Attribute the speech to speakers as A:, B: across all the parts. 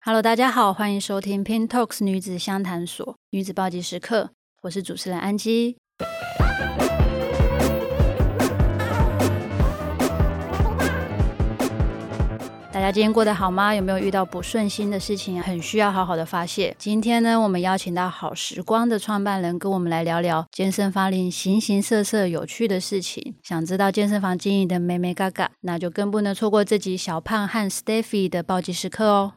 A: Hello，大家好，欢迎收听 Pin Talks 女子相谈所女子暴击时刻，我是主持人安姬。大家今天过得好吗？有没有遇到不顺心的事情，啊很需要好好的发泄？今天呢，我们邀请到好时光的创办人跟我们来聊聊健身房里形形色色有趣的事情。想知道健身房经营的美美嘎嘎，那就更不能错过这集小胖和 Steffi 的暴击时刻哦。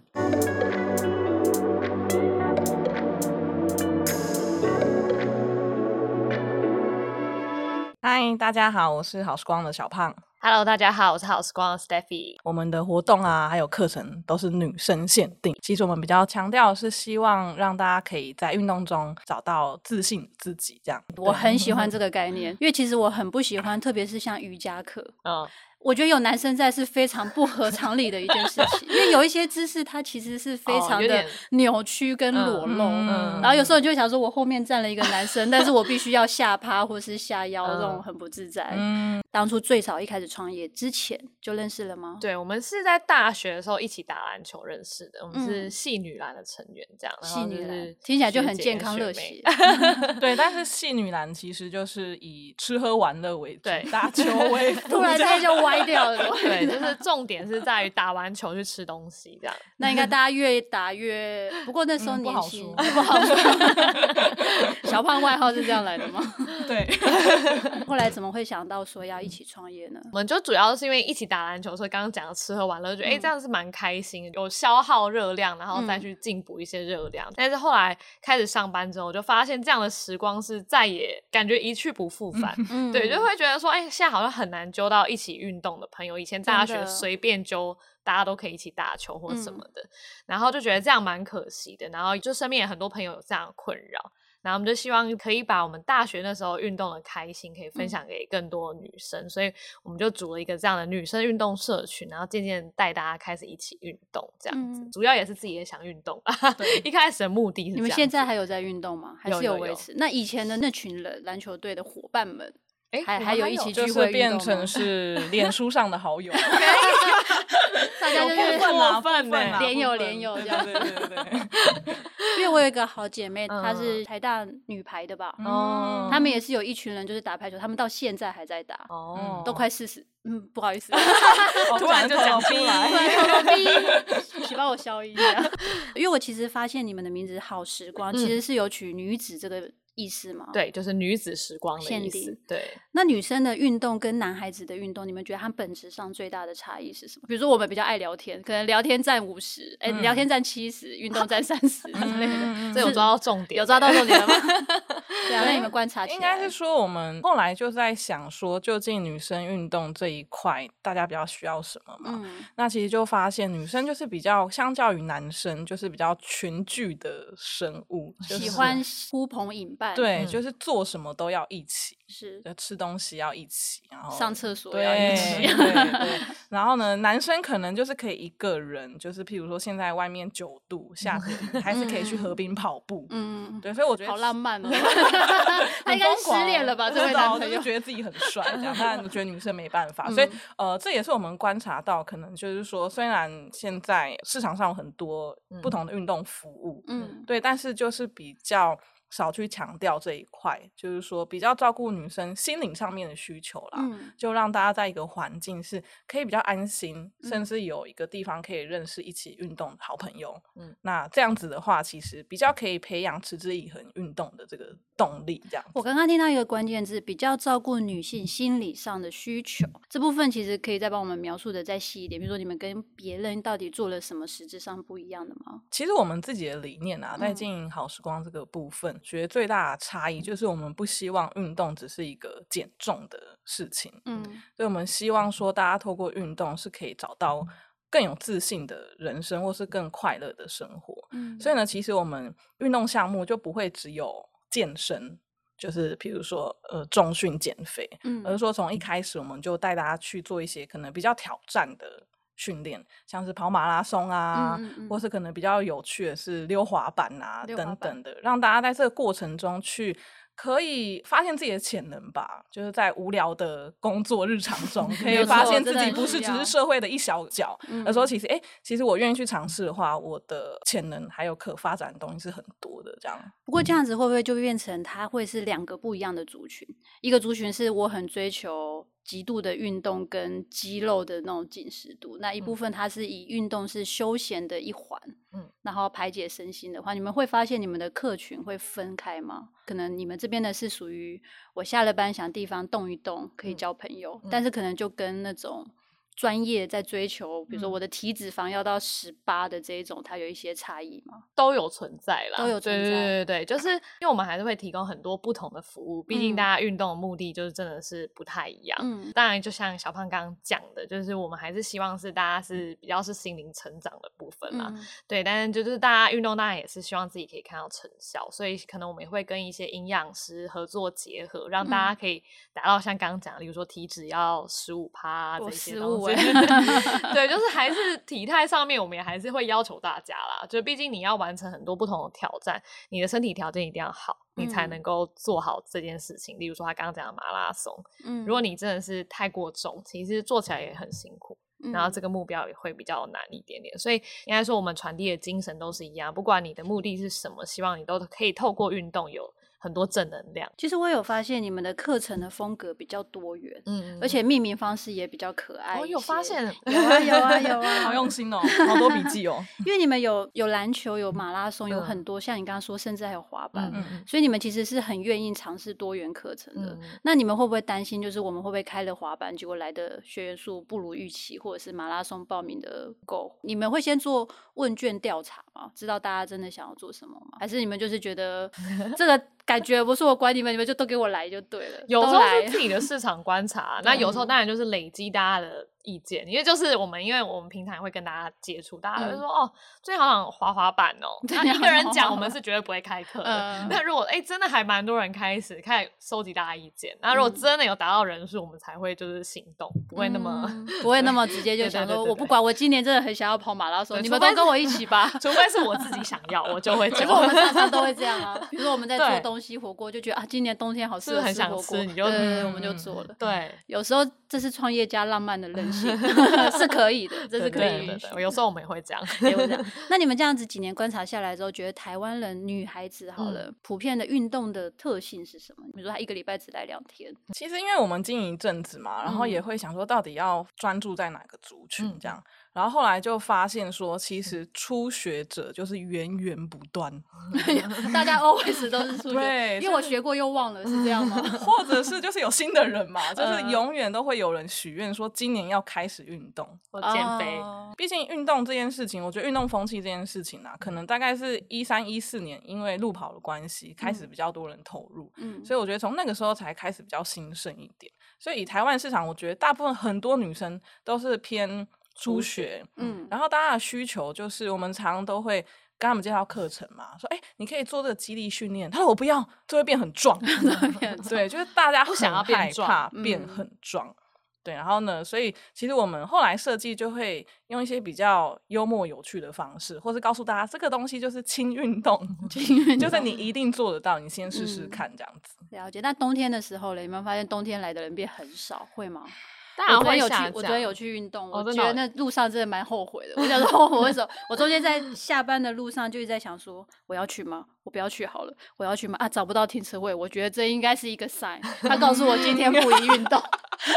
B: 嗨，大家好，我是好时光的小胖。
C: Hello，大家好，我是好时光的 Stephy。
B: 我们的活动啊，还有课程都是女生限定。其实我们比较强调的是希望让大家可以在运动中找到自信的自己，这样。
A: 我很喜欢这个概 念，因为其实我很不喜欢，特别是像瑜伽课，
C: 嗯，
A: 我觉得有男生在是非常不合常理的一件事情，因为有一些姿势它其实是非
C: 哦
A: 常
C: 有
A: 的
C: 点
A: 扭曲跟裸露，
C: 嗯嗯
A: 然后有时候你就会想说，我后面站了一个男 生，但是我必须要下趴或是下腰，这种
C: 嗯
A: 很不自在。
B: 嗯，
A: 当初最早一开始创业之前就认识了吗？
C: 对，我们是在大学的时候一起打篮球认识的，我们
A: 嗯
C: 是系女篮的成员，这样。然
A: 戏
C: 后就
A: 女
C: 是
A: 篮听起来就
C: 学
A: 很
C: 姐
A: 健
C: 跟
A: 康
C: 学
A: 热
C: 妹
A: 血，
B: 对。但是系女篮其实就是以吃喝玩乐为主，
C: 对
B: 打球为 辅。
A: 突然
B: 这
A: 间
B: 样
A: 就歪掉了。
C: 对， 就是重点是在于打完球去吃东西这样。
A: 那应该大家越打越……不过那时候
B: 嗯不
A: 年
B: 好
A: 轻，
B: 说
A: 不好说。 小胖外号是这样来的吗？
B: 对，
A: 后来怎么会想到说要一起创业呢？
C: 我们就主要是因为一起打篮球，所以刚刚讲的吃喝玩乐，就觉得哎、
A: 嗯
C: 这样是蛮开心，有消耗热量，然后再去进补一些热量。但是后来开始上班之后，我就发现这样的时光是再也感觉一去不复返。
A: 嗯
C: 对，就会觉得说，哎、现在好像很难揪到一起运动的朋友。以前大
A: 真
C: 学
A: 的嗯
C: 随便揪，大家都可以一起打球或什么的，然后就觉得这样蛮可惜的。然后就身边也很多朋友有这样的困扰，然后我们就希望可以把我们大学那时候运动的开心，可以
A: 嗯
C: 分享给更多的女生，所以我们就组了一个这样的女生运动社群，然后渐渐带大家开始一起运动，这样子。
A: 嗯
C: 主要也是自己也想运动，啊 一开始的目的是
A: 你们
C: 这样
A: 现在
C: 子
A: 还有在运动吗？还
C: 有
A: 是
C: 有
A: 维
C: 有
A: 持？那以前的那群人，篮球队的伙伴们，
C: 哎
A: 还
C: 我们
A: 还有
C: 还
A: 一
C: 有
A: 起
B: 就
A: 聚
B: 是
A: 会运
B: 变
A: 动吗
B: 成？是脸书上 的好友，
A: 大家就
B: 部
A: 是
B: 分啦，
C: 过分啊
B: 部分啦
A: 欸连友
B: 部分
A: 连友
B: 对
A: 这样
B: 对对对对。
A: 因为我有一个好姐妹，
C: 嗯
A: 她是台大女排的吧？
C: 哦
A: 他们也是有一群人就是打排球，他们到现在还在打，
C: 哦，
A: 都快四十。嗯，不好意思，
B: 哦
C: 突然就
B: 透露
C: 讲
B: 出
C: 逼
B: 来
A: 突然偷偷 逼，请帮我消音一下。因为我其实发现你们的名字“好时光”其
C: 嗯
A: 实是有取女子这个意思嘛？。
C: 对，就是女子时光的
A: 限
C: 意
A: 定
C: 思。对，
A: 那女生的运动跟男孩子的运动，你们觉得它本质上最大的差异是什么？比如说我们比较爱聊天，可能聊天占五十，哎，
B: 嗯
A: 聊天占七十，运动占三十 之类的。
B: 嗯
C: 这有抓到重点，
A: 有抓到重点了吗？欸 对啊，那你们观察起
B: 应该
A: 来
B: 是说，我们后来就在想说，究竟女生运动这一块，大家比较需要什么嘛？
A: 嗯，
B: 那其实就发现，女生就是比较相较于男生，就是比较群聚的生物，就
A: 喜
B: 是
A: 欢呼朋引伴，
B: 对，
C: 嗯
B: 就是做什么都要一起，
A: 是
B: 就吃东西要一起，然后
A: 上厕所要
B: 哦对
A: 一
B: 对
A: 起，嗯
B: 对，然后呢，男生可能就是可以一个人，就是譬如说现在外面九度下着雨，还是可以去河边跑步。
A: 嗯，
B: 对，所以我觉得
A: 好浪漫 哦。他
B: 很
A: 应该
B: 疯
A: 失
B: 狂欸
A: 恋了吧？
B: 不
A: 这位
B: 知
A: 男
B: 道
A: 朋
B: 哦就
A: 友嗯
B: 是觉得自己很帅，这样，但我觉得女生没办法，所以呃，这也是我们观察到，可能就是说，虽然现在市场上有很多不同的运动服务，
A: 嗯
B: 对，但是就是比较。少去强调这一块，就是说比较照顾女生心灵上面的需求啦，
A: 嗯
B: 就让大家在一个环境是可以比较安心，甚
A: 嗯
B: 至有一个地方可以认识一起运动的好朋友。嗯
C: 嗯，
B: 那这样子的话，其实比较可以培养持之以恒运动的这个动力。这样子，
A: 我刚刚听到一个关键字，比较照顾女性心理上的需求，这部分其实可以再帮我们描述的再细一点，比如说你们跟别人到底做了什么实质上不一样的吗？
B: 其实我们自己的理念啊，在
A: 嗯
B: 经营好时光这个部分，觉得最大的差异就是我们不希望运动只是一个减重的事情，
A: 嗯
B: 所以我们希望说大家透过运动是可以找到更有自信的人生，或是更快乐的生活。
A: 嗯
B: 所以呢，其实我们运动项目就不会只有健身，就是比如说呃重训减肥，
A: 嗯
B: 而是说从一开始我们就带大家去做一些可能比较挑战的训练，像是跑马拉松啊，
A: 嗯嗯嗯
B: 或是可能比较有趣的是溜滑板啊
A: 溜滑
B: 等
A: 板
B: 等的，让大家在这个过程中去可以发现自己的潜能吧，就是在无聊的工作日常 中，可
A: 没
B: 以
A: 有
B: 发
A: 错
B: 现
A: 真
B: 自
A: 的
B: 己
A: 很
B: 不是
A: 需
B: 只
A: 要
B: 是社会的一小角。
D: 嗯
B: 而说其实，哎、其实我愿意去尝试的话，我的潜能还有可发展的东西是很多的。这样，
A: 不过这
C: 嗯
A: 样子会不会就变成它会是两个不一样的族群？一个族群是我很追求极度的运动跟肌肉的那种紧实度，那一部分它是以运动是休闲的一环，嗯
C: 嗯，
A: 然后排解身心的话，你们会发现你们的客群会分开吗？可能你们这边的是属于我下了班想地方动一动，可以
C: 嗯
A: 交朋友，
C: 嗯
A: 但是可能就跟那种。专业在追求，比如说
C: 嗯
A: 我的体脂肪要到十八的这一种，它有一些差异吗？
C: 都有存在啦，
A: 都有存在
C: 对对对对对，就是因为我们还是会提供很多不同的服务，毕
A: 嗯
C: 竟大家运动的目的就是真的是不太一样。
A: 嗯，
C: 当然，就像小胖刚刚讲的，就是我们还是希望是大家是比较是心灵成长的部分啦。
A: 嗯
C: 对，但是就是大家运动当然也是希望自己可以看到成效，所以可能我们也会跟一些营养师合作结合，让大
A: 嗯
C: 家可以达到像刚刚讲的，比如说体脂要十五趴
A: 我
C: 这些
A: 15
C: 东
A: 欸
C: 西。对，就是还是体态上面，我们也还是会要求大家啦，就毕竟你要完成很多不同的挑战，你的身体条件一定要好，你才
A: 嗯
C: 能够做好这件事情。例如说他刚刚讲的马拉松，
A: 嗯
C: 如果你真的是太过重，其实做起来也很辛苦。然
A: 嗯
C: 后这个目标也会比较难一点点。所以应该说，我们传递的精神都是一样，不管你的目的是什么，希望你都可以透过运动有很多正能量。
A: 其实我有发现你们的课程的风格比较多元，
C: 嗯哦
A: 而且命名方式也比较可爱。
C: 我有发，现，
A: 嗯有啊有 啊有啊，
B: 好用心哦，好多笔记哦。
A: 因为你们有有篮球，有马拉松，有
C: 嗯
A: 很多像你刚刚说，甚至还有滑板，
C: 嗯嗯
A: 所以你们其实是很愿意尝试多元课程的。
C: 嗯嗯
A: 那你们会不会担心，就是我们会不会开了滑板，结果来的学员数不如预期，或者是马拉松报名的不够？你们会先做问卷调查吗？知道大家真的想要做什么吗？还是你们就是觉得这个感觉不是我管你们，你们就都给我来就对了，
C: 有时
A: 都
C: 候
A: 来嗯
C: 是自己的市场观 察，那有时候当然就是累积大家的意见，因为就是我们，因为我们平常也会跟大家接触，大家就
A: 嗯
C: 说、哦，最近好想滑滑板哦，
A: 对
C: 那一个
A: 好
C: 人
A: 想滑
C: 讲，我
A: 滑
C: 们
A: 板
C: 是绝对不会开课的
A: 嗯。
C: 那、如果哎、真的还蛮多人开始开始收集大家意见，那如果
A: 嗯
C: 真的有达到人数，我们才会就是行动，不会那么、
A: 嗯 不会那么直接就
C: 对对
A: 想
C: 对
A: 说，
C: 对
A: 我不
C: 对
A: 管，我今年真的很想要跑马拉松，
C: 对
A: 你
C: 除
A: 们都
C: 非
A: 跟
C: 是
A: 我一起 吧。
C: 除非是我自己想要，我就会
A: 其
C: 做
A: 实。我们常常都会这样啊，比如说我们在做
C: 对
A: 东西火锅，就觉得啊，今年冬天好适
C: 是
A: 合
C: 很
A: 吃
C: 想
A: 火锅，
C: 吃你就
A: 对对对我们就
B: 嗯
A: 做了。
C: 对，
A: 有时候这是创业家浪漫的任 性，是可以的，这是
C: 对
A: 可
C: 对
A: 以
C: 对
A: 允许
C: 对，我有时候我们也会这样。
A: 也会这样。那你们这样子几年观察下来之后，觉得台湾人女孩子好了，普遍的运动的特性是什么？比如说她一个礼拜只来两天，
B: 其实因为我们经营一阵子嘛，然后也
A: 嗯
B: 会想说到底要专注在哪个族群
C: 嗯
B: 这样，然后后来就发现说，
A: 嗯
B: 其实初学者就是源源不 断，
A: 大 家 always 都是数学，
B: 对
A: 因为我学过又忘了，是这 样吗？
B: 或者是就是有新的人嘛，就是
A: 嗯
B: 永远都会有人许愿说今年要开始运动。
C: 我减肥，
A: 哦
B: 毕竟运动这件事情，我觉得运动风气这件事情啊，可
A: 嗯
B: 能大概是一三一四年，因为路跑的关系，开始比较多人投入，
A: 嗯，
B: 所以我觉得从那个时候才开始比较兴盛一点。所以以台湾市场，我觉得大部分很多女生都是偏初学，
A: 嗯
B: 然后大家的需求就是我们常常都会跟他们介绍课程嘛，说哎、你可以做这个肌力训练，他说我不要，就会变很壮， 对，就是大家
C: 不想
B: 很
C: 要变
B: 害
C: 壮
B: 怕
A: 嗯
B: 变很壮。对，然后呢？所以其实我们后来设计就会用一些比较幽默有趣的方式，或是告诉大家这个东西就是轻运动，就是你一定做得到，你先试试
A: 嗯
B: 看这样子。
A: 了解。那冬天的时候嘞，有没有发现冬天来的人变很少？会吗？
C: 当
A: 我
C: 然
A: 昨天
C: 会
A: 有去
C: 下，
A: 我昨天
C: 降
A: 有去运动，我
C: 哦真
A: 觉
C: 的
A: 得
C: 哦
A: 那路上真的蛮后悔的。我想说， 我为什么？我中间在下班的路上就一直在想说，我要去吗？我不要去好了，我要去吗？啊，找不到停车位，我觉得这应该是一个 sign，他 告诉我今天不宜运动。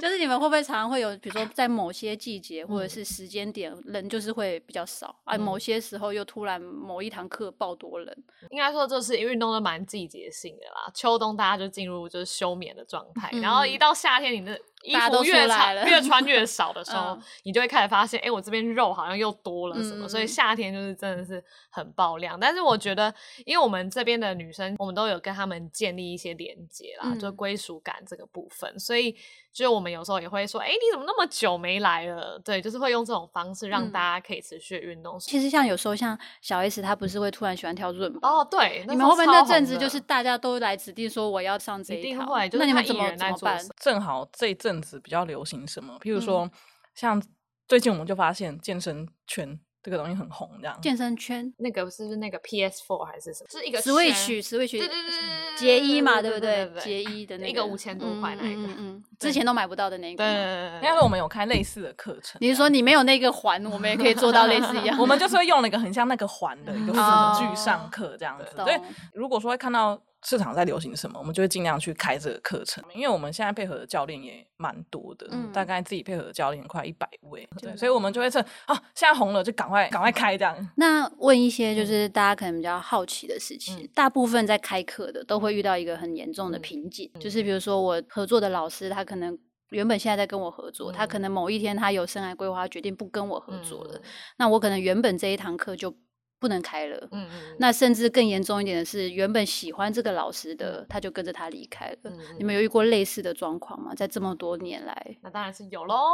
A: 就是你们会不会常常会有，比如说在某些季节或者是时间点，人就是会比较少啊，
C: 嗯
A: 某些时候又突然某一堂课爆多人，
C: 应该说就是运动都蛮季节性的啦，秋冬大家就进入就是休眠的状态，然后
A: 嗯
C: 一到夏天，你的衣
A: 大家都
C: 服
A: 出
C: 越
A: 来
C: 穿
A: 了
C: 越穿越少 的时候，
A: 嗯
C: 你就会开始发现，哎、我这边肉好像又多了什么，所
A: 嗯
C: 以夏天就是真的是很爆量。但是我觉得，因为我们这边的女生，我们都有跟她们建立一些连接啦，就
A: 嗯
C: 归属感这个部分，所以就是我们有时候也会说，哎、你怎么那么久没来了？对，就是会用这种方式让
A: 嗯
C: 大家可以持续地运动。
A: 其实像有时候像小 S 她不是会突然喜欢跳润吗？
C: 哦，对，
A: 你
C: 时
A: 们
C: 候
A: 会不会
C: 超
A: 那
C: 红
A: 阵子就
C: 的
A: 是大家都来指定说我要上这
C: 一定
A: 条，
C: 会就
A: 那
C: 是
A: 你
C: 看
A: 们怎
C: 艺
A: 么
C: 人
A: 怎
C: 在
A: 么
C: 做
A: 办
C: 什？
B: 正好这一
A: 嗯
B: 阵子比较流行什么，譬如说、像最近我们就发现健身圈这个东西很红这样。
A: 健身圈
C: 那个是不是那个 PS Four 还是什么？是一个圈
A: Switch Switch
C: 对对对对对，
A: 结衣嗯嘛，对
C: 对
A: 不
C: 对？
A: 结衣的那
C: 一个五千多块那一个，
A: 嗯嗯嗯，之前都买不到的那一
C: 对对
A: 个吗。
C: 对对
B: 应
C: 对
B: 该，说我们有开类似的课程，？
A: 你是说你没有那个环，我们也可以做到类似 一样
B: 我们就是会用了一个很像那个环的一个
A: 哦
B: 辅具上课这样子。
A: 懂
B: 所以如果说会看到市场在流行什么，我们就会尽量去开这个课程，因为我们现在配合的教练也蛮多的，
A: 嗯
B: 大概自己配合的教练快一百位，对，所以我们就会趁啊现在红了就赶快赶快开这样。
A: 那问一些就是大家可能比较好奇的事情，
B: 嗯
A: 大部分在开课的都会遇到一个很严重的瓶颈，就是比如说我合作的老师，他可能原本现在在跟我合作，他可能某一天他有生涯规划，他决定不跟我合作了，那我可能原本这一堂课就不能开了。
C: 嗯，嗯嗯，
A: 那甚至更严重一点的是，原本喜欢这个老师的，他就跟着他离开了。
C: 嗯嗯
A: 你们有遇过类似的状况吗？在这么多年来，
C: 那当然是有喽。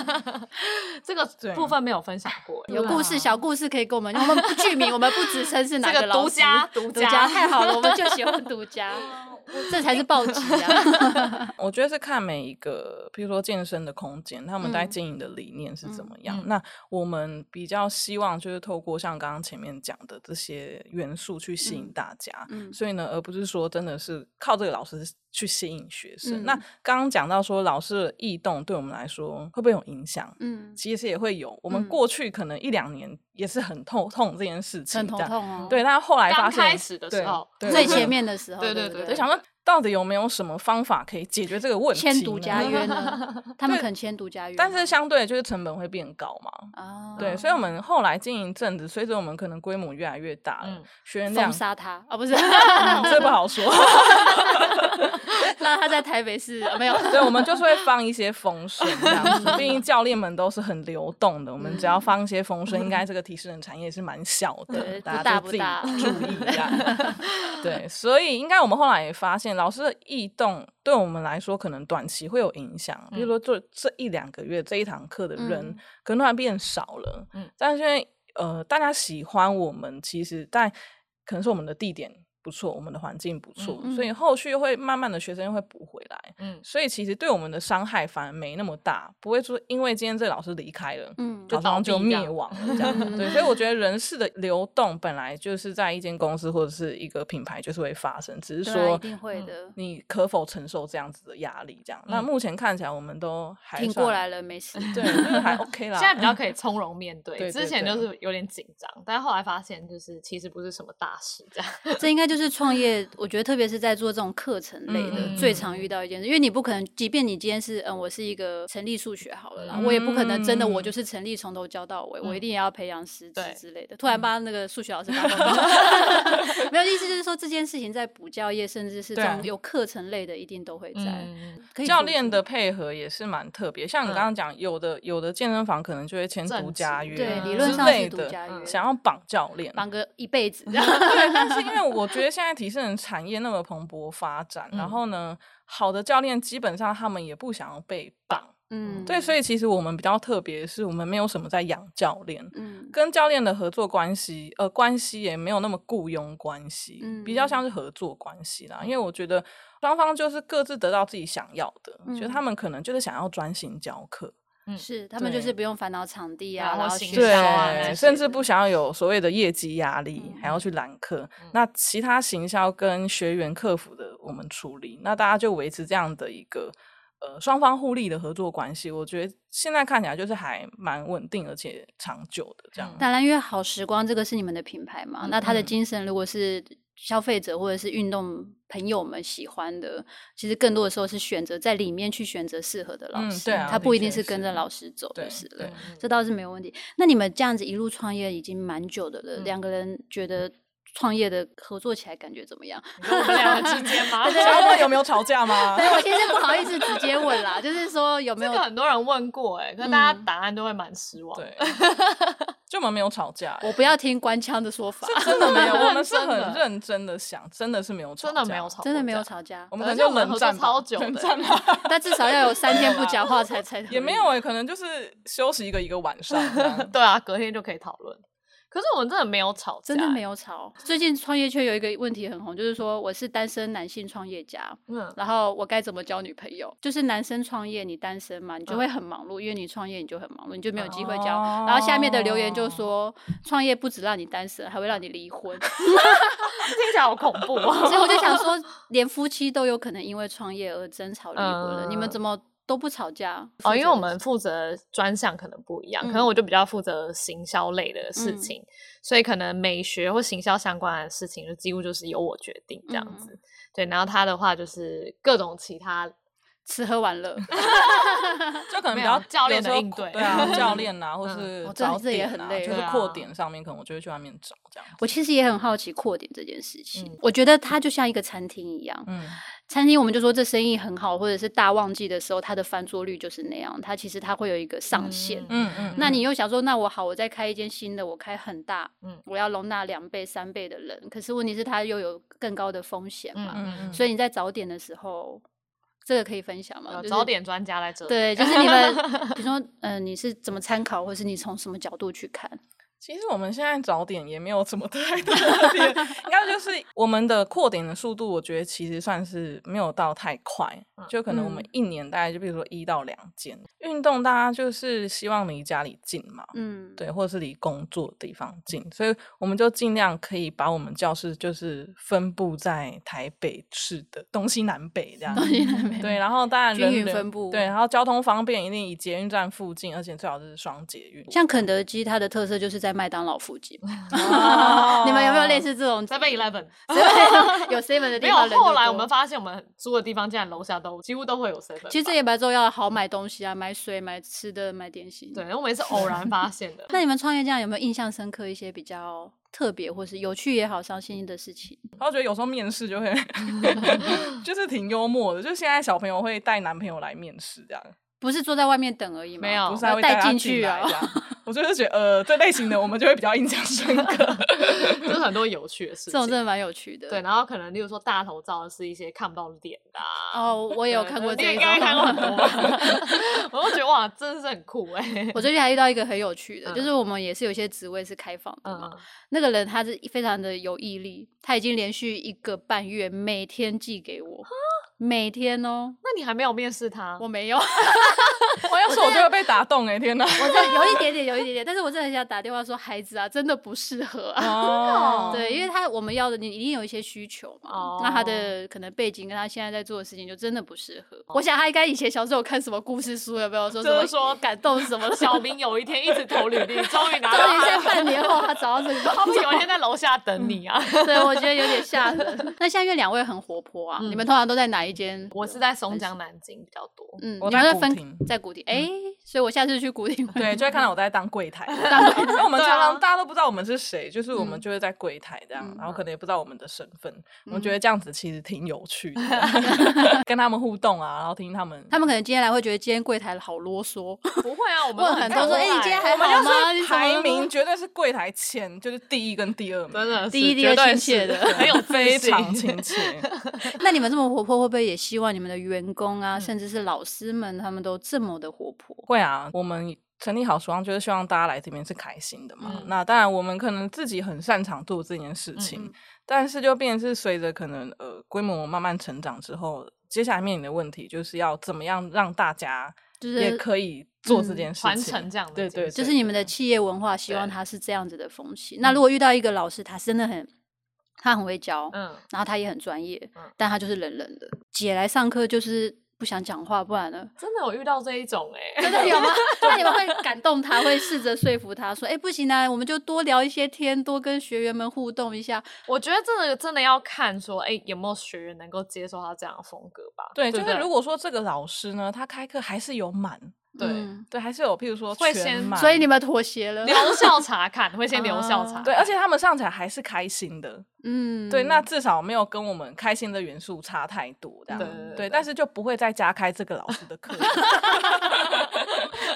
C: 这个
B: 对
C: 部分没有分享过，
A: 有故事、
C: 对啊
A: 小故事可以给我们，我们不具名，我们不指称是哪
C: 这个
A: 老
C: 独
A: 师
C: 家独
A: 独
C: 家嗯
A: 太好了，我们就喜欢 独家，这才是报纸啊！
B: 我觉得是看每一个，譬如说健身的空间，他们在
A: 嗯
B: 经营的理念是怎么样。
C: 嗯
B: 那我们比较希望就是透过像刚刚前面讲的这些元素去吸引
A: 嗯
B: 大家，
A: 嗯
B: 所以呢，而不是说真的是靠这个老师去吸引学生。那
A: 嗯
B: 刚刚讲到说老师的异动对我们来说会不会有影响？
A: 嗯，
B: 其实也会有，我们
A: 嗯
B: 过去可能一两年也是很痛痛这件事情，
A: 很头。痛哦。，
B: 对，但后来
C: 刚
B: 发现
C: 开始的时
B: 对
C: 候
B: 对
A: 最
B: 对
A: 前面的时候，
C: 对
A: 对
C: 对
A: 不
C: 对
B: 就
A: 对，
B: 想说到底有没有什么方法可以解决这个问题？
A: 签独家约
B: 约，
A: 呢，他们
B: 对
A: 肯签独家约吗，
B: 但是相对就是成本会变高嘛。
A: 啊，
B: 对，所以我们后来经营阵子，随着我们可能规模越来越大了，
C: 嗯
B: 学员量 嗯
A: 封杀他啊，不 是
B: 这不好 说。
A: 让他在台北市啊没有，
B: 对，我们就是会放一些风声这样子，毕竟教练们都是很流动的，我们只要放一些风声，应该这个提示人产业是蛮小
A: 对不
B: 的，大
A: 大
B: 家
A: 不
B: 就自己
A: 大
B: 注意一下。对，所以应该我们后来也发现，老师的异动对我们来说可能短期会有影响，比如说这这一两个月这一堂课的人、
A: 嗯
B: 可能突然变少了，
C: 嗯
B: 但是因为呃大家喜欢我们，其实但可能是我们的地点。不错，我们的环境不错，
A: 嗯
B: 所以后续会慢慢的学生又会补回来。
C: 嗯，
B: 所以其实对我们的伤害反而没那么大，不会说因为今天这个老师离开了，
A: 嗯
B: 好像就灭亡了这 样。
A: 嗯
B: 对，所以我觉得人事的流动本来就是在一间公司或者是一个品牌就是会发生，只是
A: 对啊一
B: 说嗯
A: 定会的，
B: 你可否承受这样子的压力这样。那
C: 嗯
B: 目前看起来我们都还
A: 挺
B: 算
A: 过来，了，没事。
B: 对，就是还 OK 啦。
C: 现在比较可以从容面对，
B: 对对
C: 之前
B: 对
C: 就是有点紧张，但后来发现就是其实不是什么大事，这样
A: 这应该就是创业，我觉得特别是在做这种课程类的，
B: 嗯嗯
A: 最
B: 嗯
A: 常遇到一件事，因为你不可能，即便你今天是嗯，我是一个成立数学好了啦，
B: 嗯
A: 我也不可能真的我
B: 嗯
A: 就是成立从头教到尾，我一
C: 嗯
A: 定也要培养师资
C: 对
A: 之类的。突然帮那个数学老师打广 告，没有意思，就是说这件事情在补教业，甚至是这
B: 对啊
A: 种有课程类的，一定都会在。
C: 嗯
A: 可以
B: 教
A: 说
B: 练
A: 出
B: 的配合也是蛮特别，
A: 嗯
B: 像你刚刚讲，有的有的健身房可能就会签
C: 正
B: 独家
C: 职
B: 约，啊
A: 对理
C: 嗯
A: 论
B: 之
A: 上
B: 类
A: 是独
B: 的
A: 家约，
B: 想要绑教练，
A: 绑个一辈 子，
B: 对，但是因为我觉得现在提升人产业那么蓬勃发展，然
C: 嗯
B: 后呢，好的教练基本上他们也不想要被绑，
A: 嗯，
B: 对，所以其实我们比较特别的是，我们没有什么在养教练。
A: 嗯
B: 跟教练的合作关系，呃，关系也没有那么雇佣关系，
A: 嗯
B: 比较像是合作关系啦。因为我觉得双方就是各自得到自己想要的，
A: 嗯
B: 觉得他们可能就是想要专心教课，
A: 是他们就是不用烦恼场地啊，
C: 然后
A: 然后
C: 行
A: 学
C: 销
A: 校
C: 啊
A: 啊
C: 那
A: 那
B: 对，
C: 些
A: 些
B: 甚至
A: 的
B: 不想要有所谓的业绩压力，
A: 嗯
B: 还要去揽课。
C: 嗯
B: 那其他行销跟学员客服的我们处理，那大家就维持这样的一个呃双方互利的合作关系。我觉得现在看起来就是还蛮稳定而且长久的这样。
C: 嗯
A: 当然，因为好时光这个是你们的品牌
B: 嗯
A: 嘛，那它的精神如果是消费者或者是运动朋友们喜欢的，其实更多的时候是选择在里面去选择适合的老
B: 嗯
A: 师，
B: 对啊
A: 他
B: 的
A: 不一定
B: 确
A: 是跟
B: 是
A: 着老师走
B: 对
A: 就是了
B: 对。
A: 这倒是没有问题。那你们这样子一路创业已经蛮久的
B: 嗯
A: 了，两个人觉得创业的合作起来感觉怎么 样？
C: 你嗯说我们两个之间吗？
B: 想要问有没有吵架吗
A: 所？以我其实不好意思直接问啦，就是说有没
C: 这
A: 有
C: 个很多人问过哎、可是大家答案都会蛮失望。
B: 对，就我们没有吵架。欸
A: 我不要听官腔的说法，
B: 是真的没有，我们是
C: 真的
B: 很认真的想，真的是没有吵
C: 真
B: 架，
C: 的没有，吵，
A: 真的没有，吵 架
B: 我，们
C: 而
B: 可能
C: 且我
B: 就
C: 们
B: 冷
C: 合作
B: 战吧
C: 超久
B: 冷
C: 的
B: 战啊吧
A: 但至少要有三天不讲话才才
B: 欸也没有哎、可能就是休息一个一个晚上这样，
C: 对啊，隔天就可以讨论。可是我们真的没有吵架，
A: 真的没
C: 有。
A: 有吵。最近创业圈有一个问题很红，就是说我是单身男性创业家，
C: 嗯，
A: 然后我该怎么交女朋友？就是男生创业，你单身嘛，你就
C: 嗯哦
A: 会很忙碌，因为你创业你就很忙碌，你就没有机会交。
B: 哦
A: 然后下面的留言就说，创业不止让你单身，还会让你离婚。
C: 听起来好恐怖、哦。
A: 所以我就想说，连夫妻都有可能因为创业而争吵离婚了，你们
C: 嗯
A: 怎么都不吵架？
C: 哦，因为我们负责专项可能不一样，可能我就比较负责行销类的事
A: 嗯
C: 情，所以可能美学或行销相关的事情就几乎就是由我决定这样子。对，然后他的话就是各种其他，
A: 吃喝玩乐，
B: 就可能比
C: 没有
B: 较
C: 教练
B: 有时
C: 的
B: 候
C: 应
B: 扩
C: 对
B: 对啊，教练啊，或
C: 嗯
B: 是
A: 哦这
B: 找
A: 这也
B: 点
A: 很
B: 啊
A: 累
B: 就是
C: 对啊
B: 扩点上面，可能我就会去外面找这样。
A: 我其实也很好奇扩点这件事情。
C: 嗯
A: 我觉得它就像一个餐厅一样，
B: 嗯，
A: 餐厅我们就说这生意很好，或者是大旺季的时候，它的翻桌率就是那样。它其实它会有一个上限。
C: 嗯
B: 嗯嗯，
A: 那你又想说，那我好，我再开一间新的，我开很大，
C: 嗯
A: 我要容纳两倍、三倍的人。可是问题是，它又有更高的风险嘛。
B: 嗯嗯，
A: 所
B: 以
A: 以你在早点的时候，这个可以分享吗？
B: 呃
C: 有
A: 就是
C: 早点专家来这里。
A: 对，就是你们，比如说，嗯，你是怎么参考，或是你从什么角度去看？
B: 其实我们现在找点也没有怎么太大的点，应该就是我们的扩点的速度，我觉得其实算是没有到太快，就可能我们
A: 嗯
B: 一年大概就比如说一到两间运动，大家就是希望离家里近嘛，
A: 嗯，，
B: 对，或者是离工作的地方近，所以我们就尽量可以把我们教室就是分布在台北市的东西南北这样。对，然后当然
A: 均
B: 人
A: 匀
B: 流
A: 分布
B: 对，然后交通方便，一定以捷运站附近，而且最好是双捷运。
A: 像肯德基，它的特色就是在麦当劳附近。
B: 哦
A: 你们有没有类似这种
C: Seven Eleven
A: 有 seven 的
C: 没
A: 地
C: 有，
A: 方人就多？
C: 后来我们发现我们租的地方竟然楼下都几乎都会有 Seven。
A: 其实这也蛮重要的，好买东西啊，买水、买吃的、买点心。。
C: 对，，我们也是偶然发现的
A: 那你们创业这样有没有印象深刻一些比较特别或是有趣也好、伤心的事情？
B: 然后觉得有时候面试 就会，就是挺幽默的。就现在小朋友会带男朋友来面试，这样
A: 不是坐在外面等而已吗？
C: 没有
B: 不是
A: 哦要
B: 还会
A: 带
B: 他
A: 进
B: 进
A: 去
B: 来
A: 啊
B: 这样。我就是觉得，呃，这类型的我们就会比较印象深 刻。
C: 就是很多有趣的事
A: 这种真
C: 情。
A: 的蛮有趣的。
C: 对，。然后可能例如说大头照是一些看不到脸的、啊。
A: 哦，我也有
C: 对
A: 看过
C: 你
A: 这
C: 也
A: 一
C: 应该看过很 多
A: 种。
C: 吧？我就觉得哇，真的是很酷哎、
A: 我最近还遇到一个很有趣 的，
C: 嗯
A: 就是我们也是有一些职位是开放的嘛。
C: 嗯，
A: 那个人他是非常的有毅力，他已经连续一个半月每天寄给我，每天哦，
C: 那你还没有面试他？
A: 我 没有，
B: 我要是我就会被打动哎、天哪！
A: 我这有一点点，有一点 点，但是我真的很想打电话说，孩子啊，真的不适合啊。
B: 哦
A: 对，因为他我们要的你一定有一些需求嘛，那他
C: 哦
A: 的可能背景跟他现在在做的事情就真的不适合。我想他应该以前小时候有看什么故事书，有没哦有说什
C: 就
A: 么
C: 是说？
A: 感动什么的
C: 小明有一天一直投履历，终于拿
A: 终于
C: 到
A: 在嗯
C: 他，
A: 半年后他找到这个
C: 他
A: 工
C: 们
A: 作，
C: 有一天在楼下等你啊。
A: 对我觉得有点吓人。那现在因为两位很活泼啊，你们通常都在哪一间？
C: 我是在松江南京比较多，
A: 嗯，
B: 我
A: 你们
B: 在
A: 在
B: 古
A: 分
B: 亭嗯
A: 在古亭，哎、所以我下次去古 亭会
B: 对，就会看到我在当 柜台，
A: 当
B: 因为我们
C: 对
B: 常
C: 啊
B: 常大家都不知道我们是谁，就是我们
A: 嗯
B: 就会在柜台这样，
A: 嗯
B: 然后可能也不知道我们的身份，我们
A: 嗯
B: 觉得这样子其实挺有趣的， 跟他们互动啊，然后听他 们，
A: 他们可能今天来会觉得今天柜台好啰嗦，
C: 不会啊，我们
A: 问
C: 都
A: 很
C: 看
A: 多说，
C: 外
A: 哎、你今天还
B: 我们
A: 好吗？
B: 就
A: 你
B: 是
A: 怎么
B: 排
A: 了
B: 名绝对是柜台前，就是第一跟第二名，
C: 真的是
A: 第一滴
C: 绝对
A: 亲切
C: 是
A: 的
C: 很有
B: 非
C: 自信
B: 常亲切。
A: 那你们这么活泼，会不会也希望你们的员工
B: 嗯
A: 啊，甚至是老师们，他们都这么的活泼？
B: 会啊，我们成立好时光就是希望大家来这边是开心的嘛。
C: 嗯
B: 那当然，我们可能自己很擅长做这件事情，
A: 嗯
B: 但是就变成是随着可能呃规模慢慢成长之后，接下来面临的问题就是要怎么样让大家
A: 就
B: 也
A: 是嗯
B: 可以做这件事情，
C: 传承这样的
B: 对
C: 精
B: 对，
C: 神
A: 就
B: 对
A: 是你们的企业文化，希望他是这样子的风气。
B: 嗯
A: 那如果遇到一个老师，他真的很，他很会教，
C: 嗯，
A: 然后他也很专业
C: 嗯，
A: 但他就是冷冷的。姐来上课就是不想讲话，不然呢？
C: 真的有遇到这一种哎、
A: 真的有 吗？那你们会感动他，会试着说服他说：“哎、不行啊，我们就多聊一些天，多跟学员们互动一下。
C: 我觉得这个真的要看说，哎、有没有学员能够接受他这样的风格吧？
B: 对，
C: 对
B: 就
C: 不
B: 是
C: 对
B: 如果说这个老师呢，他开课还是有满，
C: 对
A: 嗯
B: 对，还是有，譬如说
C: 会
B: 全
C: 先
B: 满
A: 所以你们妥协了。
C: 留 校查看，会先留校查
A: 啊
C: 看。
B: 对，而且他们上起来还是开心的，
A: 嗯，
B: 对，那至少没有跟我们开心的元素差太多，这样
C: 对对对
B: 但是就不会再加开这个老师的课，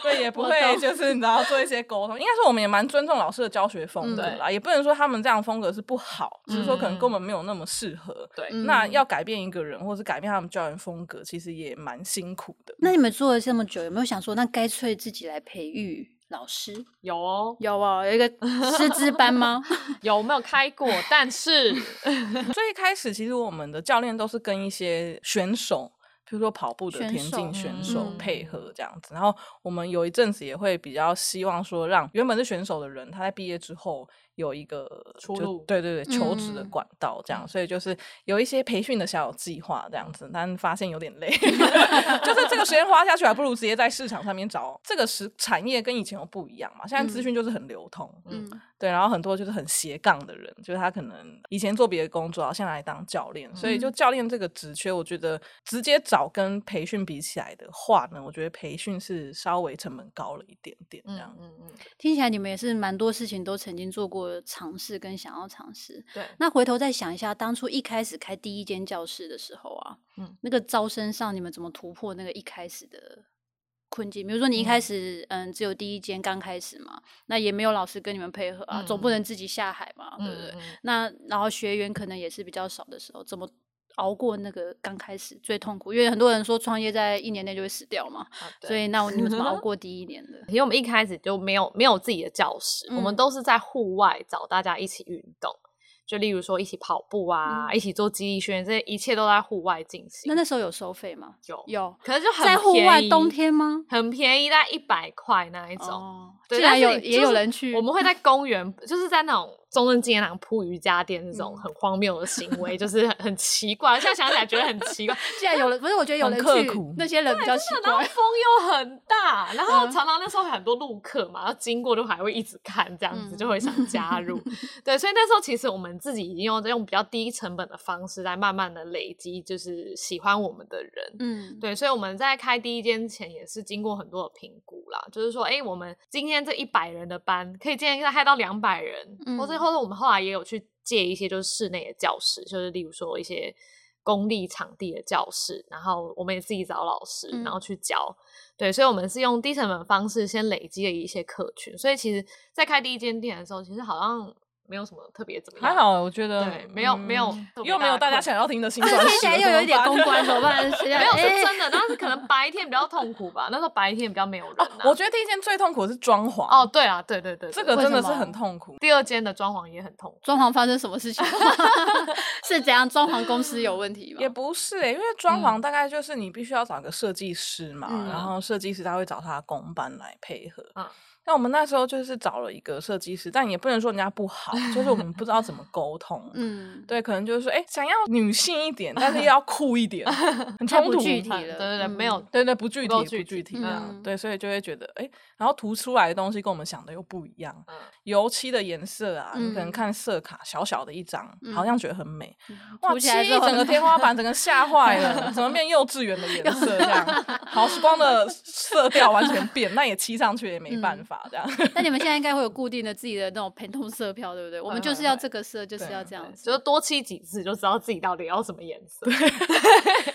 B: 对，也不
A: 我
B: 会
A: 懂
B: 就是 你知道做一些沟通，应该说我们也蛮尊重老师的教学风格
C: 嗯
B: 啦，也不能说他们这样风格是不好，只是说可能
C: 嗯
B: 跟我们没有那么适合。
C: 对
A: 嗯
B: 那要改变一个人，或是改变他们教员风格，其实也蛮辛苦的。
A: 那你们做了这么久，有没有想说，那干脆自己来培育老师？
C: 有哦，
A: 有哦，有一个 师资班吗？
C: 有没有开过？但 是嗯
B: 最一开始其实我们的教练都是跟一些选手。比如说跑步的
A: 选
B: 田
A: 手
B: 径选手
C: 嗯
B: 配合这样子，然后我们有一阵子也会比较希望说，让原本是选手的人，他在毕业之后有一个
C: 出
B: 就
C: 路
B: 对对对，求职的
A: 嗯
B: 管道这样，所以就是有一些培训的小计划这样子，但发现有 点累，就是这个时间花下去，还不如直接在市场上面找。这个时产业跟以前又不一样嘛，现在资讯就是很流通，嗯，
A: 嗯，
B: 对，然后很多就是很斜杠的人，就是他可能以前做别的工作，然后现在来当教练，所以
A: 嗯
B: 就教练这个职缺，我觉得直接找跟培训比起来的话呢，我觉得培训是稍微成本高了一点点这
C: 嗯
B: 样。
C: 嗯嗯，
A: 听起来你们也是蛮多事情都曾经做过尝试跟想要尝试。
C: 对，
A: 那回头再想一下，当初一开始开第一间教室的时候啊，
C: 嗯
A: 那个招生上你们怎么突破那个一开始的困境？比如说你一开始嗯只有第一间刚开始嘛，那也没有老师跟你们配合啊，总不
C: 嗯
A: 能自己下海嘛，对不
C: 嗯
A: 对？
C: 嗯
A: 那然后学员可能也是比较少的时候，怎么？熬过那个刚开始最痛苦，因为很多人说创业在一年内就会死掉嘛，
C: 好的
A: 所以那你们怎么熬过第一年 的？
C: 因为我们一开始就没有没有自己的教室，我们
A: 嗯
C: 都是在户外找大家一起运动，就例如说一起跑步啊，
A: 嗯
C: 一起做肌力训练，这一切都在户外进行。
A: 那那时候有收费吗？
C: 有
A: 有，
C: 可是就很
A: 在户外
C: 便宜
A: 冬天吗？
C: 很便宜，大概一百块那一种。
A: 哦，
C: 对
A: 竟然
C: 但是
A: 有
C: 你
A: 也
C: 就是
A: 有人去，
C: 我们会在公园， 就是在那种中正纪念堂铺瑜伽垫这种
A: 嗯
C: 很荒谬的行为，就是很很奇怪。现在想起来觉得很奇怪，
A: 竟然有人，不是我觉得有
B: 很
A: 人
B: 刻
A: 去
B: 苦，
A: 那些人比较奇
C: 然后
A: 怪。
C: 风又很大，然后
A: 嗯
C: 常常那时候很多路客嘛，然后经过就还会一直看，这样子
A: 嗯
C: 就会想加 入。对，所以那时候其实我们自己已经用用比较低成本的方式，来慢慢的累积，就是喜欢我们的人。
A: 嗯，
C: 对，所以我们在开第一间前也是经过很多的评估啦，就是说，哎，我们今天这一百人的班，可以今天开到两百人，或者
A: 嗯
C: 或者我们后来也有去借一些就是室内的教室，就是例如说一些公立场地的教室，然后我们也自己找老师，然后去教。对，所以我们是用低成本的方式先累积了一些客群，所以其实，在开第一间店的时候，其实好像没有什么特别怎么样，
B: 还好，我觉得
C: 对没有没有特别
B: 又没有
C: 大
B: 大家
C: 的困
B: 想要听的新
A: 啊
B: 消息了，
A: 嗯听起来又有一点公 关，怎么办？没
C: 没有是真
A: 哎
C: 的，但是可能白天比较痛苦吧，那时候白天比较没有人、啊
A: 哦
B: 我觉得第一件最痛苦的是装潢
C: 哦，，对啊，对对对，
B: 这
C: 对
B: 个
A: 为
B: 真的
A: 什
B: 是
A: 么
B: 很痛苦。
C: 第二间的装潢也很痛苦。
A: 装潢发生什么事情？ 是怎样？装潢公司有问题吗
B: 也？不是、欸，因为装潢大概就是你必须要找个设计师嘛，
A: 嗯
B: 然后设计师他会找他的工班来配合。
C: 嗯
B: 那我们那时候就是找了一个设计师，但也不能说人家不好，就是我们不知道怎么沟通。
A: 嗯，
B: 对，可能就是说，哎、想要女性一点，但是又要酷 一点，很
A: 太
B: 冲
A: 不
B: 突。
A: 具体
C: 嗯
A: 了
C: 对对对，
A: 嗯
C: 没有
B: 对对，不具体，
C: 不够
B: 不
C: 具
B: 具
C: 体
B: 体这样，
A: 嗯
B: 对，所以就会觉得，哎、然后涂出来的东西跟我们想的又不一样，
C: 嗯
B: 油漆的颜色啊，你
A: 嗯
B: 可能看色卡小小的一张，
A: 嗯
B: 好像觉得很美，哇，
A: 涂起来
B: 漆
A: 之后
B: 整个天花板整个吓坏了，怎么变幼稚园的颜色这样？好时光的色调完全变，那也漆上去也没
A: 嗯
B: 办法这样。
A: 那你们现在应该会有固定的自己的那种偏痛色票，对不对？我们
C: 会
A: 就是
C: 会
A: 要
C: 会
A: 这个色，就是
B: 对
A: 要这样子。
C: 就是多漆几次就知道自己到底要什么颜色。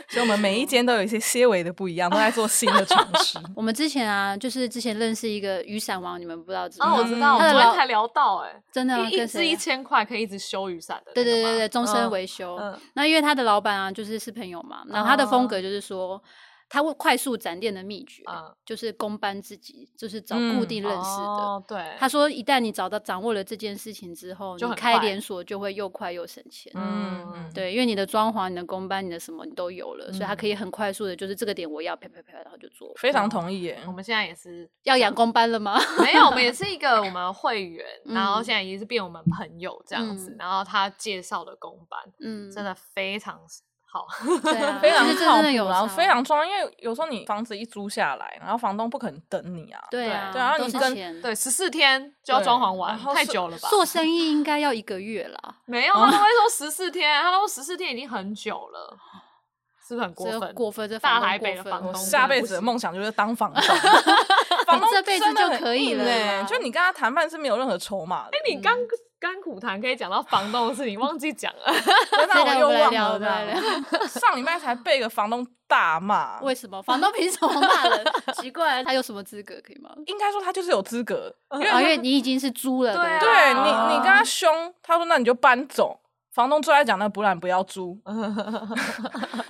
B: 所以我们每一间都有一些些微的不一样，都在做新的尝试。
A: 我们之前啊，就是之前认识一个雨伞王，你们不知道知不知
C: 哦，
A: 道？
C: 我知道，我
A: 他的
C: 们昨天
A: 嗯老
C: 才聊到，哎，
A: 真的啊
C: 一一
A: 跟
C: 支一
A: 谁啊？
C: 千块可以一直修雨伞的那
A: 对
C: 个
A: 对
C: 吗，
A: 对对，终身
C: 嗯
A: 维修。
C: 嗯
A: 那因为他的老板啊，就是是朋友嘛，然后他的
C: 哦
A: 风格就是说，他会快速展店的秘诀、
C: 嗯
A: 就是公班自己，就是找
B: 嗯
A: 固定认识的。
C: 哦对，
A: 他说，一旦你找到掌握了这件事情之后，
C: 就
A: 你
C: 很
A: 开
C: 快
A: 连锁就会又快又省钱。
C: 嗯
B: 嗯，嗯，
A: 对，因为你的装潢、你的公班、你的什么你都有了，所以他可以很快速的，就是这个点我要啪啪啪，然后就做。
B: 非常同意耶
C: 我。们现在也是
A: 要养公班了吗？
C: 没有，我们也是一个我们会员，然后
A: 嗯
C: 现在也是变我们朋友这样子
A: 嗯，
C: 然后他介绍的公班
A: 嗯，
C: 真的非常好，
A: 对啊，
B: 非常
A: 就是这
B: 靠
A: 真的
B: 谱，
A: 有
B: 然后
A: 差
B: 非常装，因为有时候你房子一租下来，然后房东不肯等你啊，
A: 对啊，
B: 对然后
A: 都
B: 你
A: 是
B: 跟
A: 钱
C: 对，十四天就要装潢
B: 对
C: 完，
B: 然后
C: 太
B: 是嗯
C: 久了吧？
A: 做生意应该要一个月啦。
C: 没有，啊他都会说十四天，他都说十四天已经很久了，是不是很 过
A: 这
C: 分？
A: 过分，这
C: 大
A: 房东
C: 台北
A: 过
C: 的
A: 分
C: 房
A: 了
B: 我
C: 东
B: 下辈子的梦想就是当 房东，房东
A: 这辈子
B: 真的
A: 就
B: 很
A: 可以
B: 硬
A: 了
B: 欸
A: 啦
B: 就你跟他谈判是没有任何筹码 的。
C: 你刚刚苦谈可以讲到房东的事情，忘记讲了。
B: 真
A: 这
B: 的
A: 个我
B: 我又
A: 们来
B: 忘
A: 聊
B: 了
A: 我们来
B: 这样。上礼拜才被一个房东 大骂，
A: 为什么房东凭什么骂人？ 奇怪，他有什么资格可以骂？
B: 应该说他就是有资格，因为
A: 啊，因
B: 他
A: 为你已经是租了的，
C: 对啊
B: 对你
C: 啊
B: 你跟他凶，他说那你就搬走。房东最爱讲那不然不 要租，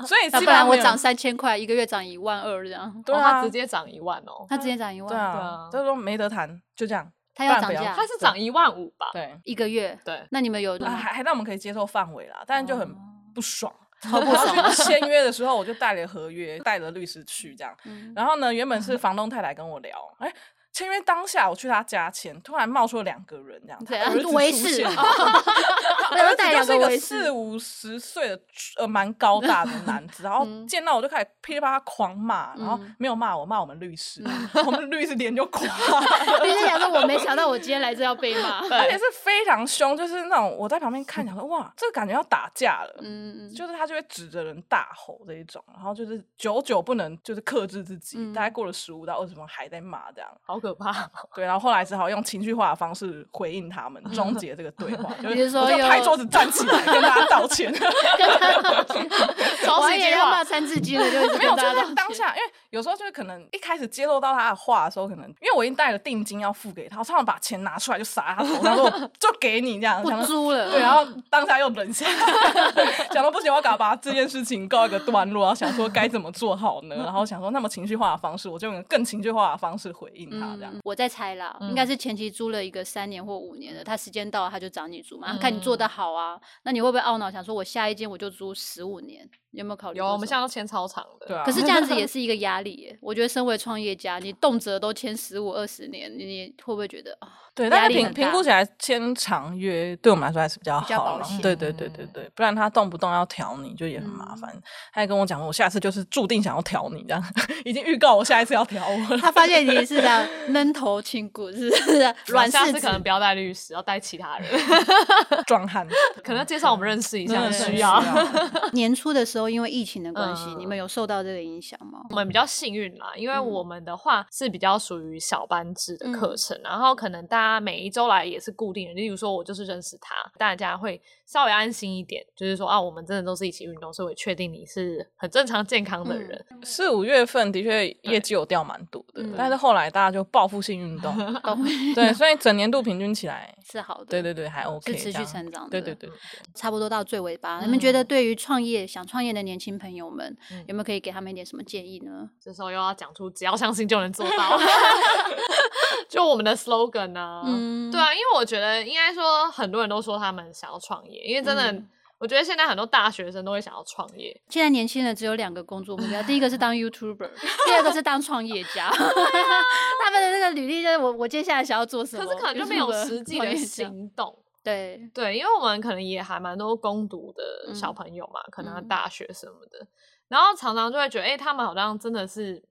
B: 所以
A: 那不
B: 基本上
A: 然我
B: 没有
A: 涨三千块，一个月涨一万二这样，
B: 对
C: 哦
B: 啊，
C: 它直接涨一万哦，
A: 他直接涨一
B: 对
A: 万，
B: 啊，
C: 对
B: 他说没得谈，就这样，
A: 他要
B: 不然
A: 涨
B: 不要
A: 价
C: 它，是涨一万五吧？
B: 对，
A: 一个月。
C: 对，
A: 那你们有
B: 啊还还让我们可以接受范围啦，但是就
A: 哦
B: 很 不爽。
A: 超不
B: 然后
A: 爽
B: 去签约的时候，我就带了合约，带了律师去这样。
A: 嗯
B: 然后呢，原本是房东太太跟我聊，哎，签约当下我去他家前，突然冒出了两个人这样，他
A: 怎样
B: 儿 子出
A: 维士
B: 现
A: 哦
B: 了
A: 没有
B: 儿
A: 带
B: 子就
A: 两
B: 是一
A: 个
B: 个
A: 维士
B: 四五十岁的呃蛮高 大的男子，然后
A: 嗯
B: 见到我就开始噼里啪啦狂骂，然后
A: 嗯
B: 没有骂我，骂我们律师，我们律师脸就 垮了。
A: 你是想说，我没想到我今天来这要被 骂。
B: 而且是非常凶，就是那种我在旁边看，想说哇，这个感觉要打架了，
A: 嗯，
B: 就是他就会指着人大吼这一种，然后就是久久不能就是克制自己，
A: 嗯
B: 大概过了十五到二十分钟还在骂这样，
C: 好可怕！
B: 对，然后后来只好用情绪化的方式回应 他们，终结这个对话，就
A: 比如
B: 是
A: 说
B: 我就
A: 有
B: 拍桌子站起来跟大家道歉。
A: 跟他道歉，
C: 超
A: 我
C: 级
A: 也
C: 计
A: 要
C: 划
A: 骂三字经了，就是
B: 没
A: 跟
B: 有，就
A: 大家
B: 是
A: 道
B: 在
A: 歉
B: 当下，因为有时候就是可能一开始揭露到他的话的时候，可能因为我已经带了定金要付给他，我常常把钱拿出来就撒在他头 上，说我就给你这样，想
A: 不
B: 说
A: 租了。
B: 对，啊然后当下又冷 下来，想说不行，我要赶快把这件事情告一个段落，然后想说该怎么做好呢？
A: 嗯
B: 然后想说那么情绪化的方式，我就用更情绪化的方式回应他，这样。
A: 嗯，我在猜啦，应该是前期租了一个三年或五年的，他时间到了他就找你租嘛，
C: 嗯
A: 看你做的好啊，那你会不会懊恼想说，我下一间我就租十五年？你有没有考虑
C: 有
A: 过这种？
C: 啊我们现在都签超长的，
B: 对啊，
A: 可是这样子也是一个压力耶。我觉得身为创业家，你动辄都签十五二十年，你会不会觉得啊？
B: 对，
A: 压
B: 但是
A: 力
B: 评
A: 很大
B: 评估起来签长约对我们来说还是比较
A: 比较
B: 好啦
A: 保险
B: 对对对对对，不然他动不动要调你，就也很麻
A: 嗯
B: 烦。他还跟我讲说，我下次就是注定想要调你，这样 已经预告我下一次要调我 了。
A: 他发现你是这样闷头轻骨，是不是软
C: 下
A: 柿
C: 次可能
A: 子？
C: 不要带律师，要带其他人，
B: 壮汉
C: 可能介绍我们认识一
B: 真
C: 下
B: 的是
C: 需要。
A: 年初的时候，因为疫情的关系，
C: 嗯
A: 你们有受到这个影响吗？
C: 我们比较幸运啦，因为
A: 嗯
C: 我们的话是比较属于小班制的课程，然后可能大家每一周来也是固定的。例如说，我就是认识他，大家会稍微安心一点，就是说啊，我们真的都是一起运动，所以我确定你是很正常健康的人。
B: 四五月份的确业绩有掉蛮多的
A: 嗯，
B: 但是后来大家就报复性运动，
A: 保护
B: 对，所以整年度平均起来，
A: 是好的，
B: 对对对，还 OK，
A: 是持
B: 这
A: 续
B: 样
A: 成长的。
B: 对对对，
A: 差不多到最尾巴，你们觉得对于创业想创业的年轻朋友们，
C: 嗯
A: 有没有可以给他们一点什么建议呢？
C: 这时候又要讲出只要相信就能做 到，就我们的 slogan 呢、
A: 嗯
C: 对啊，因为我觉得应该说很多人都说他们想要创业，因为真的。
A: 嗯
C: 我觉得现在很多大学生都会想要创业，
A: 现在年轻人只有两个工作目标，第一个是当 YouTuber，第二个是当创业家。他们的这个履历就是我我接下来想要做什
C: 可
A: 么，
C: 是可能就没有
A: YouTuber
C: 实际
A: 创
C: 的
A: 业家。
C: 行动。
A: 对，
C: 对，因为我们可能也还蛮多攻读的小
A: 嗯
C: 朋友嘛，可能
A: 嗯
C: 大学什么的，然后常常就会觉得，哎、他们好像真的是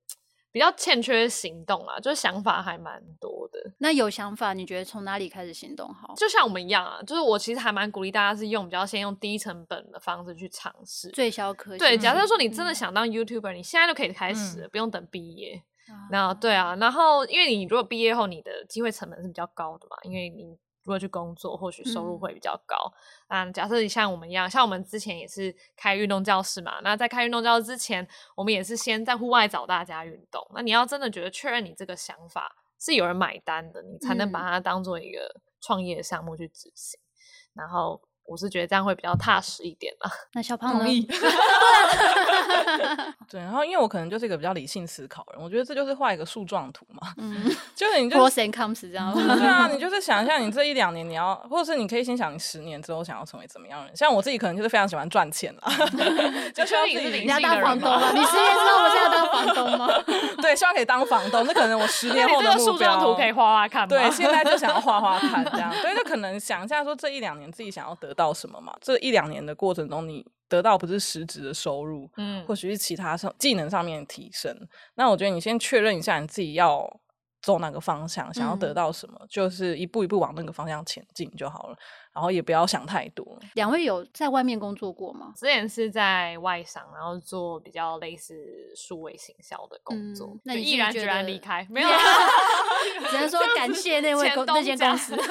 C: 比较欠缺行动啊，就是想法还蛮多的。
A: 那有想法，你觉得从哪里开始行动好？
C: 就像我们一样啊，就是我其实还蛮鼓励大家是用比较先用低成本的方式去尝试。
A: 最小可行
C: 对，
A: 性
C: 假设说你真的
A: 嗯
C: 想当 YouTuber，、你现在就可以开始了，不用等毕业。
A: 啊
C: 那对啊，然后因为你如果毕业后，你的机会成本是比较高的嘛，因为你如果去工作，或许收入
A: 嗯
C: 会比较高。嗯，假设你像我们一样，像我们之前也是开运动教室嘛，那在开运动教室之前，我们也是先在户外找大家运动。那你要真的觉得确认你这个想法是有人买单的，你才能把
A: 嗯
C: 它当做一个创业项目去执行。然后我是觉得这样会比较踏实一点啦。
A: 那小胖呢？
B: 对，然后因为我可能就是一个比较理性思考的人，我觉得这就是画一个树状图嘛，
A: 嗯
B: 就是你就
A: ，pros
B: 是
A: and cons 这 样。
B: 对 啊，你就是想一下你这一两年你要，或者是你可以先想你十年之后想要成为怎么样的人。像我自己可能就是非常喜欢赚 钱啦，就希望自
C: 你是
B: 己
A: 你要
C: 性
A: 当
C: 的人
A: 房东
C: 嘛
A: 吗？你失业之后，我是要当 房东吗？
B: 对，希望可以当房东，这可能我十
C: 那
B: 年
C: 你
B: 后
C: 这
B: 的
C: 个
B: 目
C: 树状
B: 标。
C: 图可以画画看吗？
B: 对，现在就想要 画画看这样，对，就可能想一下说这一两年自己想要得到什么嘛。这一两年的过程中，你得到不是实质的收入，
C: 嗯
B: 或许是其他上技能上面的提升。那我觉得你先确认一下你自己要走哪个方向，想要得
A: 嗯
B: 到什么，就是一步一步往那个方向前进就好了。然后也不要想太多。
A: 两位有在外面工作过吗？
C: 之前是在外商，然后做比较类似数位行销的工作，
A: 嗯那
C: 就
A: 你
C: 毅
A: 是
C: 然
A: 觉
C: 决然
A: 得
C: 离 开，没有啦，
A: 只能说
C: 这样
A: 感
C: 子
A: 谢那位
C: 前
A: 公
C: 东
A: 那间
C: 家
A: 公 司
C: 之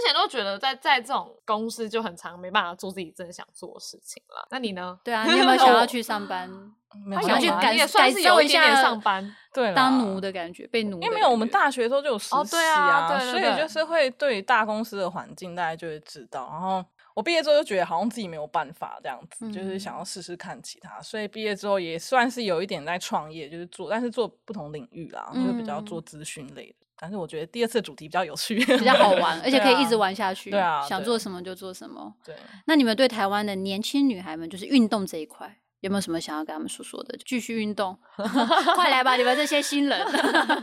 C: 前都觉得在在这种公司就很常没办法做自己真的想做的事情了。那你呢？
A: 对啊，你有没有想要
B: 哦
A: 去上 班
B: 没
A: 他
B: 有
A: 想
B: 办
A: 去
B: 法
A: 感
C: 你也算
A: 改
C: 是
A: 造
C: 有
A: 一
C: 一点点
A: 下
C: 上班，
B: 对啦
A: 当奴的感觉，被奴的感觉？
B: 因为没有，我们大学的时候就有实习
C: 哦对啊对对
B: 所
C: 对
B: 以就是会对大公司的环境大家就会知道。然后我毕业之后就觉得好像自己没有办法这样子，就是
A: 嗯
B: 想要试试看其他，所以毕业之后也算是有一点在创业，就是做，但是做不同领域啦，就是比较
C: 嗯
B: 做资讯类的。但是我觉得第二次主题比较有趣，
A: 比较好玩，而且可以一直
B: 对啊
A: 玩下去，
B: 对啊
A: 想
B: 对
A: 做什么就做什么。
B: 对，
A: 那你们对台湾的年轻女孩们，就是运动这一块，有没有什么想要跟他们说说的？继续运 动， 快来吧，你们这些新人。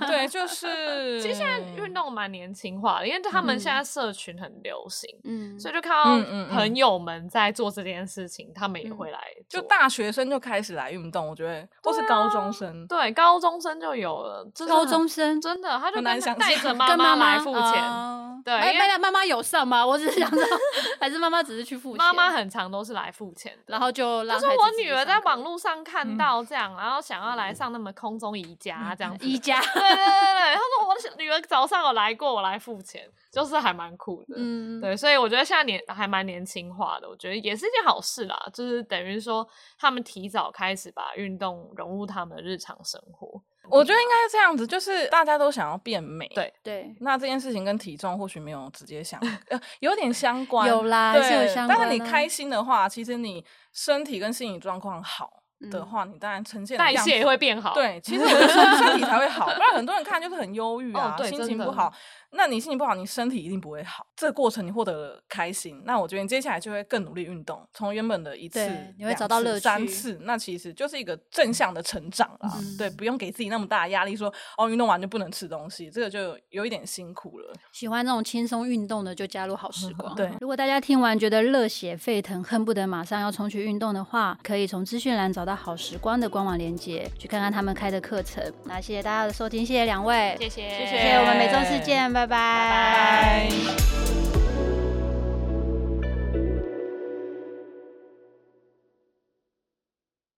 B: 对，就是
C: 其实现在运动蛮年轻化的，因为他们现
A: 嗯
C: 在社群很流行，
A: 嗯，嗯
C: 所以就看
B: 嗯
C: 到
B: 嗯嗯
C: 朋友们在做这件事情，他们也会来
B: 就
C: 做
B: 大学生就开始来运动，我觉得，或是高中生，
C: 啊对高中生就有了，就是
A: 高
C: 很
A: 中生
C: 真的他就
B: 很难
C: 跟
B: 想
C: 带
B: 象
C: 着
A: 跟妈
C: 来付钱，
A: 哦
C: 对
A: 哎
C: 因为
A: 妈妈妈妈有上吗？我只是想知道， 还是妈妈只是去付钱？
C: 妈妈，很常都是来付钱的，
A: 然后就
C: 就
A: 让
C: 是
A: 孩子
C: 我
A: 自己
C: 女儿
A: 上嗯
C: 在
A: 课
C: 网络上看到这样，然后想要来上那么空中瑜伽这样子。
A: 宜 家，
C: 对对对对，她说我的小女儿早上有来过，我来付钱，就是还蛮酷的。
A: 嗯，
C: 对，所以我觉得现在年还蛮年轻化的，我觉得也是一件好事啦。就是等于说，他们提早开始把运动融入他们的日常生活。
B: 我觉得应
C: 啊
B: 该是这样子，就是大家都想要变美，
C: 对
A: 对，
B: 那这件事情跟体重或许没有直接相，呃，有点相 关，
A: 有啦还
B: 对，
A: 是有相
B: 但
A: 关
B: 是你
A: 啊
B: 开心的话，其实你身体跟心理状况好的
A: 嗯
B: 话，你当然呈现的
C: 代
B: 样
C: 谢也
B: 子
C: 会变好。，
B: 对，其实我的身身体才会好，不然很多人看就是很忧郁啊，
C: 哦对
B: 心
C: 真
B: 情不
C: 的
B: 好。那你心情不好，你身体一定不会好。这个过程你获得了开心，那我觉得你接下来就会更努力运动，从原本的一次
A: 对、你会
B: 两
A: 找到
B: 次
A: 乐
B: 三
A: 趣
B: 次，那其实就是一个正向的成长啦。
A: 嗯
B: 对，不用给自己那么大的压力说，哦运动完就不能吃东西，这个就有一点辛苦了。
A: 喜欢这种轻松运动的，就加入好时光。
B: 对
A: 如果大家听完觉得热血沸腾，恨不得马上要冲去运动的话，可以从资讯栏找到好时光的官网链接，去看看他们开的课程。那谢谢大家的收听，谢谢两位，
C: 谢谢，
B: 谢
A: 谢谢我们每周四见，拜拜
C: 拜
B: 拜